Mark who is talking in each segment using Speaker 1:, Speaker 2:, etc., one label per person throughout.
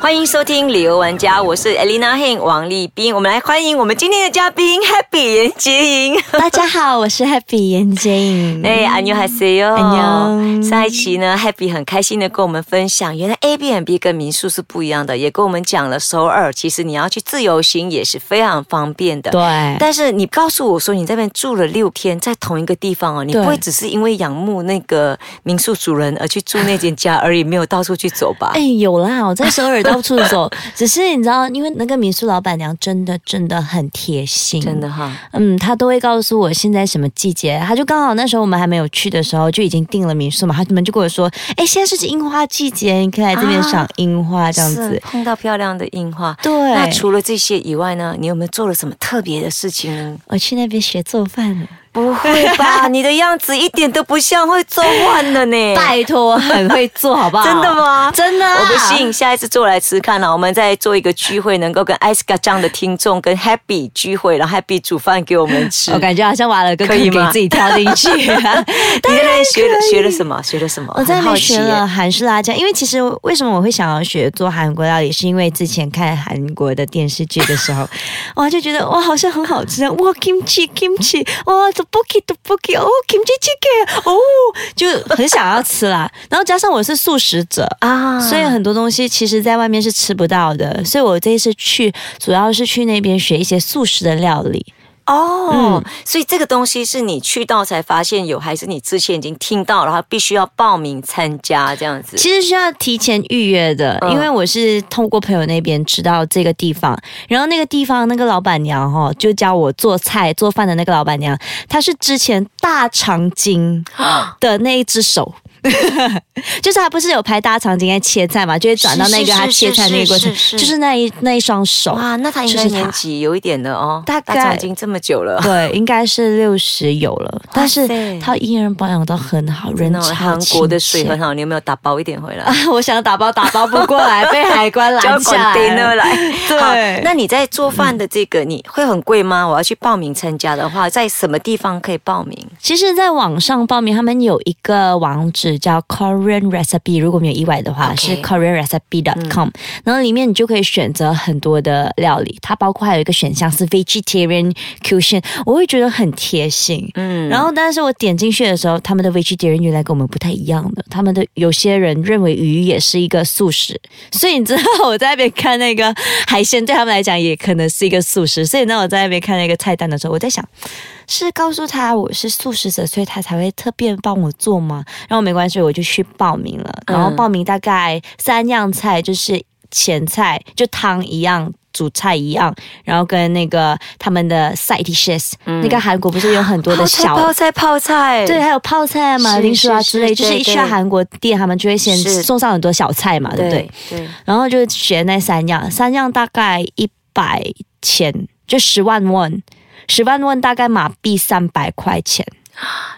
Speaker 1: 欢迎收听旅游玩家，我是 Elena Heng 王丽斌，我们来欢迎我们今天的嘉宾 Happy 严洁莹。
Speaker 2: 大家好，我是 Happy 严洁颖。
Speaker 1: 哎，안녕하세요。
Speaker 2: 嗯 안녕
Speaker 1: 上一期呢，Happy 很开心的跟我们分享，原来 Airbnb 跟民宿是不一样的，也跟我们讲了首尔，其实你要去自由行也是非常方便的。
Speaker 2: 对，
Speaker 1: 但是你告诉我说你这边住了六天，在同一个地方哦，你
Speaker 2: 对
Speaker 1: 不会只是因为仰慕那个民宿主人而去住那间家而已，没有到处去走吧
Speaker 2: 哎、？有啦，我在首尔到处 走，只是你知道，因为那个民宿老板娘真的真的很贴心，
Speaker 1: 真的。哈，
Speaker 2: 嗯，她都会告诉我现在什么季节，她就刚好那时候我们还没有去的时候就已经订了民宿嘛，他们就跟我说，哎，现在是樱花季节，你可以来这边赏樱花、这样
Speaker 1: 是
Speaker 2: 子。
Speaker 1: 碰到漂亮的樱花。
Speaker 2: 对，
Speaker 1: 那除了这些以外呢，你有没有做了什么特别的事情呢？
Speaker 2: 我去那边学做饭 了，
Speaker 1: 不会 吧，你的样子一点都不像会做饭的呢。
Speaker 2: 拜托，很会做，好不好？
Speaker 1: 真的？吗？
Speaker 2: 真的啊、
Speaker 1: 我不信，下一次做来吃看了、啊我们再做一个聚会，能够跟 i c e 酱的听众跟 Happy 聚会，然后 Happy 煮饭给我们吃。
Speaker 2: 我感觉好像挖了个
Speaker 1: 可
Speaker 2: 坑
Speaker 1: 以
Speaker 2: 给
Speaker 1: 吗
Speaker 2: 自己跳进去。啊
Speaker 1: 你在那边学了学了什么？学了什么？
Speaker 2: 我在那
Speaker 1: 很好
Speaker 2: 边
Speaker 1: 奇
Speaker 2: 学了
Speaker 1: 耶。
Speaker 2: 韩式辣酱，因为其实为什么我会想要学做韩国料理，是因为之前看韩国的电视剧的时候， 哇就觉得哇好像很好吃啊，哇 kimchi kimchi，哇 tteokbokki tteokbokki，哦 kimchi chicken，哦就很想要吃啦。然后加上我是素食者。
Speaker 1: 啊
Speaker 2: 所以很多东西其实在外面是吃不到的，所以我这一次去主要是去那边学一些素食的料理。
Speaker 1: 哦，
Speaker 2: 嗯
Speaker 1: 所以这个东西是你去到才发现有，还是你之前已经听到，然后必须要报名参加这样子？
Speaker 2: 其实需要提前预约的，
Speaker 1: 嗯
Speaker 2: 因为我是通过朋友那边知道这个地方，然后那个地方那个老板娘哈、哦，就教我做菜做饭的那个老板娘，她是之前大长 今的那一只手。 就是她不是有拍大长今在切菜嘛，就会转到那
Speaker 1: 是是
Speaker 2: 个她切菜那个过程，
Speaker 1: 是是是是
Speaker 2: 就是那一那一双手，
Speaker 1: 哇，那他应该
Speaker 2: 就是他
Speaker 1: 年纪有一点了哦，
Speaker 2: 大概
Speaker 1: 他已经这么久了。
Speaker 2: 对，应该是六十有了，但是
Speaker 1: 塞
Speaker 2: 她依然保养到很好，人
Speaker 1: 那
Speaker 2: 超
Speaker 1: 韩国的
Speaker 2: 亲
Speaker 1: 水
Speaker 2: 切
Speaker 1: 很好，你有没有打包一点回来？
Speaker 2: 我想打包打包不过来，被海关
Speaker 1: 叫
Speaker 2: 拦下
Speaker 1: container
Speaker 2: 来了。
Speaker 1: 来。
Speaker 2: 对
Speaker 1: 好那你在做饭的这个，你会很贵吗？我要去报名参加的话，在什么地方可以报名？
Speaker 2: 其实，在网上报名，他们有一个网址叫 Korean Recipe，如果没有意外的话
Speaker 1: OK 嗯
Speaker 2: 是 KoreanRecipe.com，、然后里面你就可以选择很多的料理，它包括还有一个选项是 Vegetarian Cuisine，我会觉得很贴心。
Speaker 1: 嗯，
Speaker 2: 然后，但是我点进去的时候，他们的 vegetarian 原来跟我们不太一样的，他们的有些人认为鱼也是一个素食，所以你知道我在那边看那个海鲜，对他们来讲也可能是一个素食。所以呢，我在那边看那个菜单的时候，我在想，是告诉他我是素食者，所以他才会特别帮我做吗？然后没关系，我就去报名了。然
Speaker 1: 嗯
Speaker 2: 后报名大概三样菜，就是前菜就汤一样。主菜一样，然后跟那个他们的 side dishes，、那个韩国不是有很多的
Speaker 1: 嗯
Speaker 2: 小
Speaker 1: 泡菜哦泡菜，
Speaker 2: 对，还有泡菜啊、马
Speaker 1: 是
Speaker 2: 铃薯啊
Speaker 1: 是
Speaker 2: 之类，
Speaker 1: 是
Speaker 2: 就是
Speaker 1: 对
Speaker 2: 一去
Speaker 1: 对
Speaker 2: 到韩国店，他们就会先
Speaker 1: 是
Speaker 2: 送上很多小菜嘛，对不对
Speaker 1: 对？对，
Speaker 2: 然后就学那三样，三样大概一百钱，就十万won，十万won 大概马币三百块钱，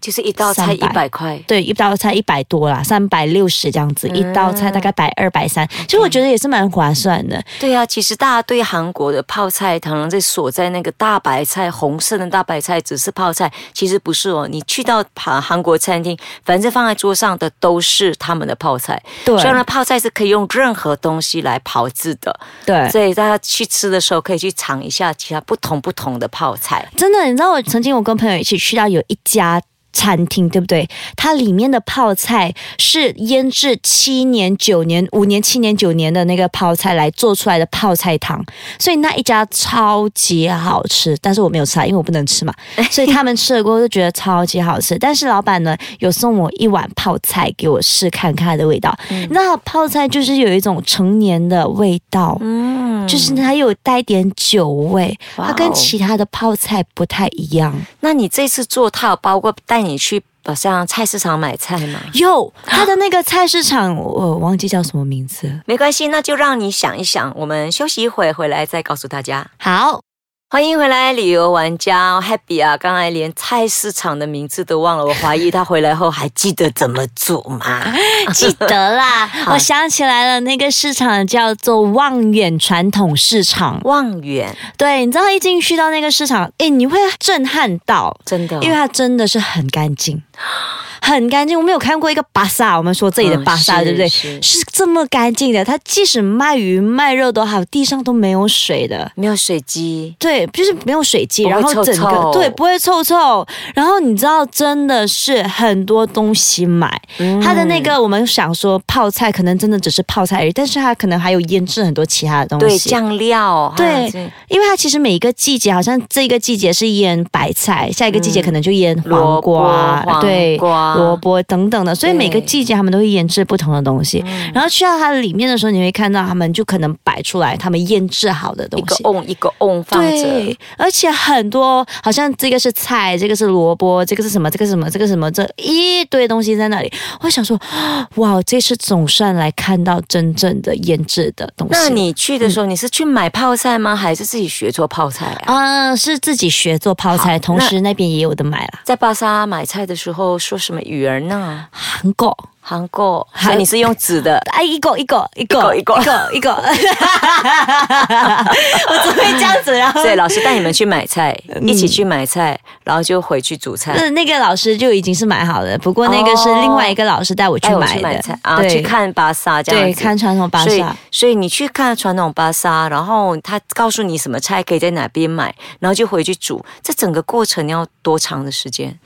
Speaker 1: 就是一道菜一
Speaker 2: 300
Speaker 1: 百块。
Speaker 2: 对，一道菜一百多啦，三百六十这样子，一道菜大概百二百三，其实我觉得也是蛮划算的。
Speaker 1: 对啊，其实大家对韩国的泡菜，常常在锁在那个大白菜、红色的大白菜，只是泡菜，其实不是哦。你去到韩韩国餐厅，反正放在桌上的都是他们的泡菜。
Speaker 2: 对
Speaker 1: 所以呢，泡菜是可以用任何东西来炮制的。
Speaker 2: 对，
Speaker 1: 所以大家去吃的时候可以去尝一下其他不同不同的泡菜。
Speaker 2: 真的，你知道我曾经我跟朋友一起去到有一家。餐厅对不对？它里面的泡菜是腌制七年、九年、五年、七年、九年的那个泡菜来做出来的泡菜汤，所以那一家超级好吃。但是我没有吃啊，因为我不 能吃嘛，所以他们吃了过后就觉得超级好吃。但是老板呢，有送我一碗泡菜给我试看看它的味道。
Speaker 1: 嗯
Speaker 2: 那泡菜就是有一种成年的味道，
Speaker 1: 嗯，
Speaker 2: 就是它有带点酒味，
Speaker 1: 哇哦
Speaker 2: 它跟其他的泡菜不太一样。
Speaker 1: 那你这次做，它有包括带你去好像菜市场买菜吗？
Speaker 2: 有它的那个菜市场，我我忘记叫什么名字了。
Speaker 1: 没关系，那就让你想一想。我们休息一会儿，回来再告诉大家。
Speaker 2: 好，
Speaker 1: 欢迎回来，旅游玩家 Happy 啊！刚才连菜市场的名字都忘了，我怀疑他回来后还记得怎么煮吗？
Speaker 2: 啊记得 啦，我想起来了，那个市场叫做望远传统市场。
Speaker 1: 望远，
Speaker 2: 对，你知道一进去到那个市场，诶，你会震撼到，
Speaker 1: 真的哦、
Speaker 2: 因为它真的是很干净。很干净，我没有看过一个巴萨，我们说这里的巴萨，
Speaker 1: 嗯
Speaker 2: 对不对？
Speaker 1: 是
Speaker 2: 哦是这么干净的，它即使卖鱼卖肉都好，地上都没有水的。
Speaker 1: 没有水机，
Speaker 2: 对，就是没有水迹，
Speaker 1: 不会
Speaker 2: 然后
Speaker 1: 臭
Speaker 2: 整个
Speaker 1: 臭
Speaker 2: 对不会臭臭。然后你知道，真的是很多东西买，
Speaker 1: 嗯
Speaker 2: 它的那个我们想说泡菜可能真的只是泡菜而已，但是它可能还有腌制很多其他的东
Speaker 1: 对
Speaker 2: 西。
Speaker 1: 酱料，
Speaker 2: 对
Speaker 1: 啊这
Speaker 2: 因为它其实每一个季节，好像这个季节是腌白菜，下一个季节可能就腌
Speaker 1: 嗯
Speaker 2: 黄
Speaker 1: 萝卜、
Speaker 2: 瓜，
Speaker 1: 黄
Speaker 2: 对，
Speaker 1: 瓜、
Speaker 2: 萝卜等等的，所以
Speaker 1: 对嗯
Speaker 2: 每个季节他们都会腌制不同的东西。然后去到它里面的时候，你会看到他们就可能摆出来他们腌制好的东
Speaker 1: 一个
Speaker 2: 西。
Speaker 1: 瓮一个瓮放着，
Speaker 2: 对，而且很多好像这个是菜，这个是萝卜，这个是什么，这个是什么，这个是什么，这一堆东西在那里。我想说， 哇，这次总算来看到真正的腌制的东西。
Speaker 1: 那你去的时候，你是去买泡菜吗？还是自己学做泡菜啊？
Speaker 2: 嗯，是自己学做泡菜，同时那边也有的买啦。
Speaker 1: 在巴沙买菜的时候说什么语儿呢？
Speaker 2: 韩国，
Speaker 1: 韩 国，
Speaker 2: 韩
Speaker 1: 所以你是用纸 的
Speaker 2: 哎，一个一个一个
Speaker 1: 一个
Speaker 2: 一个一个，我只会这样 子，然后
Speaker 1: 所以老师带你们去买菜，
Speaker 2: 嗯
Speaker 1: 一起去买菜，然后就回去煮菜，
Speaker 2: 那那个老师就已经是买好了，不过那个是
Speaker 1: 哦
Speaker 2: 另外一个老师带我去
Speaker 1: 带我
Speaker 2: 买
Speaker 1: 去
Speaker 2: 的，
Speaker 1: 买菜啊，
Speaker 2: 对
Speaker 1: 去看巴萨这样
Speaker 2: 对
Speaker 1: 子
Speaker 2: 看传统巴
Speaker 1: 所以
Speaker 2: 萨，，
Speaker 1: 所以你去看传统巴萨，然后他告诉你什么菜可以在哪边买，然后就回去煮。这整个过程要多长的时间？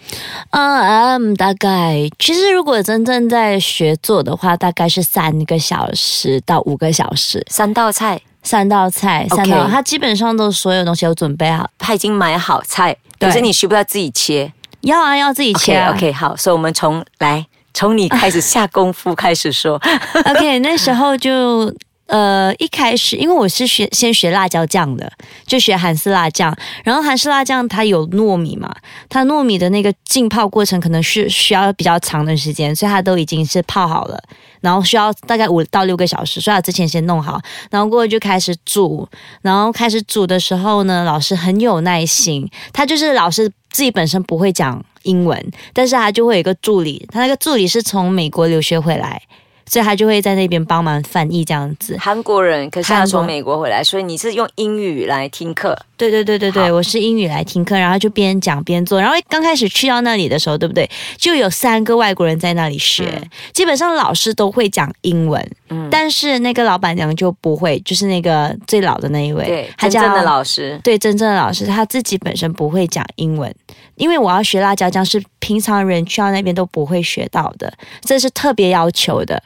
Speaker 2: 嗯嗯，大概其实如果真正在学做的话，大概是三个小时到五个小时，
Speaker 1: 三道菜，
Speaker 2: 三道菜，
Speaker 1: OK
Speaker 2: 三道，他基本上都所有东西都准备好，
Speaker 1: 他已经买好菜，
Speaker 2: 对
Speaker 1: 可是你需不需要自己切
Speaker 2: 要啊要自己切啊
Speaker 1: o k OK，好，所以我们从来从你开始下功夫开始 说，
Speaker 2: OK，那时候就呃一开始，因为我是学先学辣椒酱的，就学韩式辣酱。然后韩式辣酱它有糯米嘛，它糯米的那个浸泡过程可能是需要比较长的时间，所以它都已经是泡好了，然后需要大概五到六个小时，所以它之前先弄好，然后过后就开始煮。然后开始煮的时候呢，老师很有耐心，他就是老师自己本身不会讲英文，但是他就会有一个助理，他那个助理是从美国留学回来，所以他就会在那边帮忙翻译这样子。
Speaker 1: 韩国人，可是他
Speaker 2: 韩国
Speaker 1: 从美国回来，所以你是用英语来听课，
Speaker 2: 对对对对对，
Speaker 1: 好
Speaker 2: 我是英语来听课，然后就边讲边做。然后刚开始去到那里的时候，对不对？就有三个外国人在那里学，
Speaker 1: 嗯
Speaker 2: 基本上老师都会讲英文，
Speaker 1: 嗯
Speaker 2: 但是那个老板娘就不会，就是那个最老的那一位，
Speaker 1: 对，
Speaker 2: 她
Speaker 1: 真
Speaker 2: 叫
Speaker 1: 正的老师，
Speaker 2: 对，真正的老师他自己本身不会讲英文，因为我要学辣椒酱是平常人去到那边都不会学到的，这是特别要求的。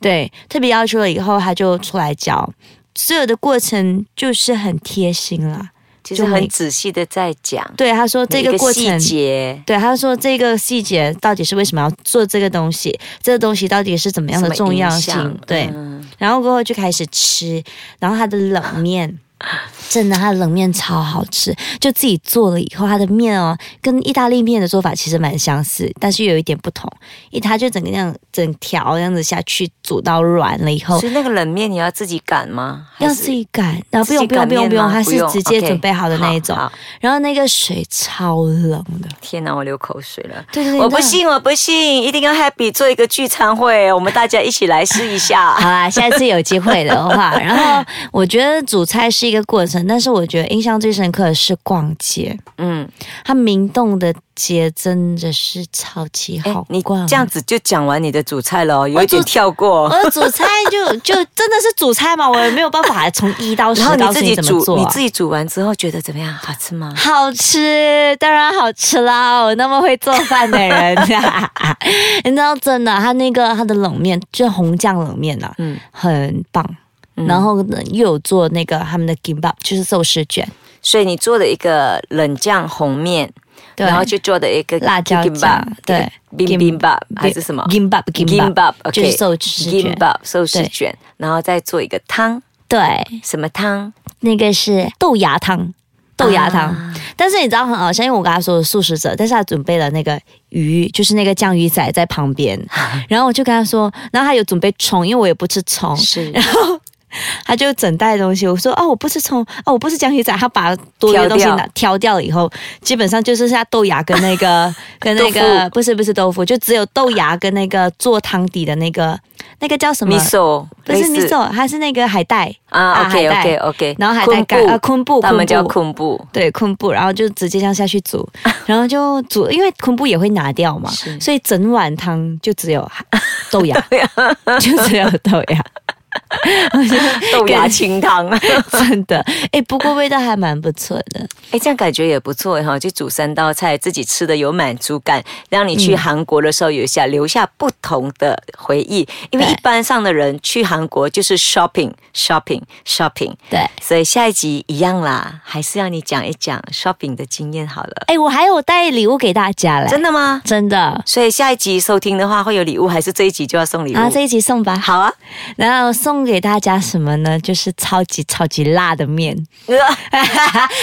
Speaker 2: 对，特别要求了以后，他就出来教，所有的过程就是很贴心啦。
Speaker 1: 其实
Speaker 2: 就
Speaker 1: 很
Speaker 2: 每
Speaker 1: 仔细的在讲
Speaker 2: 对，他说这
Speaker 1: 每
Speaker 2: 个过
Speaker 1: 细
Speaker 2: 程。
Speaker 1: 节。
Speaker 2: 对，他说这个细节到底是为什么要做这个东西，这个东西到底是怎么样的
Speaker 1: 什么
Speaker 2: 重
Speaker 1: 影
Speaker 2: 要
Speaker 1: 响
Speaker 2: 性？对，
Speaker 1: 嗯
Speaker 2: 然后过后就开始吃，然后他的冷面。真的，他的冷面超好吃，就自己做了以后，他的面哦，跟意大利面的做法其实蛮相似，但是又有一点不同。一，他就整个那样整条这样子下去煮到软了以后，
Speaker 1: 所以那个冷面你要自己擀吗？还
Speaker 2: 要
Speaker 1: 是
Speaker 2: 自己擀，然啊后不
Speaker 1: 自己
Speaker 2: 用不用
Speaker 1: 擀
Speaker 2: 不用
Speaker 1: 面
Speaker 2: 不用，
Speaker 1: 吗
Speaker 2: 他是直接
Speaker 1: OK，
Speaker 2: 准备好的那一种。
Speaker 1: 好好
Speaker 2: 然后那个水超冷的，
Speaker 1: 天哪，我流口水了。
Speaker 2: 对对对，
Speaker 1: 我
Speaker 2: 你知
Speaker 1: 不
Speaker 2: 道。
Speaker 1: 信，我不信，一定要 happy 做一个聚餐会，我们大家一起来试一下。
Speaker 2: 好啦，下次有机会的 话，然后我觉得煮菜是一个过程，但是我觉得印象最深刻的是逛街。
Speaker 1: 嗯，
Speaker 2: 它明洞的街真的是超级
Speaker 1: 哎
Speaker 2: 好，
Speaker 1: 你
Speaker 2: 逛。
Speaker 1: 这样子就讲完你的主菜了哦，有一点
Speaker 2: 主
Speaker 1: 跳过。
Speaker 2: 我煮菜就就真的是煮菜嘛，我也没有办法从一到十
Speaker 1: 然后
Speaker 2: 告
Speaker 1: 你
Speaker 2: 诉
Speaker 1: 自
Speaker 2: 你
Speaker 1: 己
Speaker 2: 怎么
Speaker 1: 煮，
Speaker 2: 做、
Speaker 1: 你
Speaker 2: 啊
Speaker 1: 自。己煮完之后觉得怎么样？好吃吗？
Speaker 2: 好吃，当然好吃啦！我那么会做饭的人、 你知道真的，它那个它的冷面就是红酱冷面啊，
Speaker 1: 嗯
Speaker 2: 很棒。然后呢又有做那个他们的 gimbap，就是寿司卷，
Speaker 1: 所以你做的一个冷酱红面，
Speaker 2: 对
Speaker 1: 然后就做的一个
Speaker 2: 辣椒酱
Speaker 1: bibimbap，
Speaker 2: 对
Speaker 1: 这个 bibimbap 还是什么
Speaker 2: gimbap gimbap
Speaker 1: ？gimbap，
Speaker 2: 就是寿司卷
Speaker 1: gimbap 寿司
Speaker 2: 对
Speaker 1: 卷，然后再做一个汤，
Speaker 2: 对，
Speaker 1: 什么汤？
Speaker 2: 那个是豆芽汤，豆芽汤。
Speaker 1: 啊
Speaker 2: 但是你知道很好笑，因为我跟他说我是素食者，但是他准备了那个鱼，就是那个酱鱼仔 在旁边，然后我就跟他说，然后他有准备葱，因为我也不吃葱，
Speaker 1: 是，
Speaker 2: 他就整袋东西，我说哦，我不是从哦，我不是江鱼仔，他把多余的东西
Speaker 1: 挑掉
Speaker 2: 拿挑掉以后，基本上就是剩下豆芽跟 那个跟那
Speaker 1: 豆
Speaker 2: 个不是不是豆腐，就只有豆芽跟那个做汤底的那个那个叫什么？
Speaker 1: miso
Speaker 2: 不是
Speaker 1: 类
Speaker 2: 米
Speaker 1: 似
Speaker 2: 索，它是那个海带，
Speaker 1: 啊
Speaker 2: 啊
Speaker 1: ，OK
Speaker 2: 海
Speaker 1: OK
Speaker 2: 带
Speaker 1: OK，
Speaker 2: 然后海带干啊，昆布，
Speaker 1: 他们
Speaker 2: 昆布
Speaker 1: 叫昆 布，
Speaker 2: 对昆布，然后就直接这样下去 煮，然后就煮，因为昆布也会拿掉嘛
Speaker 1: 是，
Speaker 2: 所以整碗汤就只有豆 芽，就只有豆芽，
Speaker 1: 豆芽
Speaker 2: 感
Speaker 1: 清汤。
Speaker 2: 真的。哎，不过味道还蛮不错的。
Speaker 1: 哎，这样感觉也不错哈，就煮三道菜，自己吃的有满足感，让你
Speaker 2: 嗯
Speaker 1: 去韩国的时候有一下留下不同的回忆。因为
Speaker 2: 对
Speaker 1: 一般上的人去韩国就是 shopping shopping shopping，
Speaker 2: 对，
Speaker 1: 所以下一集一样啦，还是要你讲一讲 shopping 的经验好了。
Speaker 2: 哎，我还有带礼物给大家嘞，
Speaker 1: 真的吗？
Speaker 2: 真的。
Speaker 1: 所以下一集收听的话会有礼物，还是这一集就要送礼物？
Speaker 2: 啊，这一集送吧。
Speaker 1: 好啊，
Speaker 2: 然后送给大家什么呢？就是超级超级辣的面，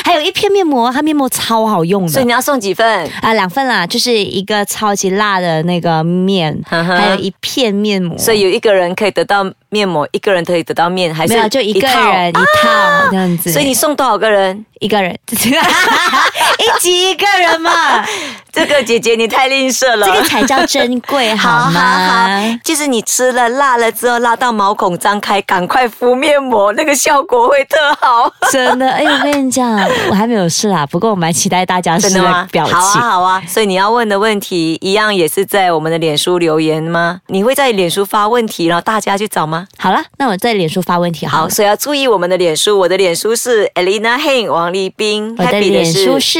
Speaker 2: 还有一片面膜，它面膜超好用
Speaker 1: 所以
Speaker 2: 的。
Speaker 1: 你要送几份？
Speaker 2: 啊，两份啦，就是一个超级辣的那个面，
Speaker 1: 嗯哼
Speaker 2: 还有一片面膜。
Speaker 1: 所以有一个人可以得到面膜，一个人可以得到面，还是
Speaker 2: 没有，就一个
Speaker 1: 套啊
Speaker 2: 人一套这样子。
Speaker 1: 所以你送多少个人？
Speaker 2: 一个人， 一集一个 人嘛，
Speaker 1: 这个姐姐你太吝啬了。
Speaker 2: 这个才叫珍 贵，
Speaker 1: 好啊
Speaker 2: 好
Speaker 1: 好好
Speaker 2: 吗？，
Speaker 1: 就是你吃了辣了之后，辣到毛孔张开，赶快敷面膜，那个效果会特好。
Speaker 2: 真的，哎，我跟你讲，我还没有试啦，不过我蛮期待大家试
Speaker 1: 真的吗
Speaker 2: 的？表情。
Speaker 1: 好啊，好啊。所以你要问的问题一样也是在我们的脸书留言吗？你会在脸书发问题，然后大家去找吗？
Speaker 2: 好了，那我在脸书发问题好
Speaker 1: 好，
Speaker 2: 了。
Speaker 1: 所以要注意我们的脸书。我的脸书是 Elena Heng 王立斌
Speaker 2: 我的
Speaker 1: ，Happy
Speaker 2: 脸书
Speaker 1: 是，
Speaker 2: 是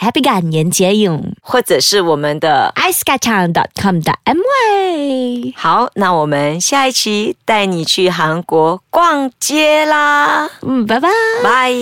Speaker 2: Happy 感言杰勇
Speaker 1: 或者是我们的。
Speaker 2: i c e g a t a n c o m 的 my。
Speaker 1: 好，那我们下一期带你去韩国逛街啦，
Speaker 2: 嗯，拜拜。
Speaker 1: 拜。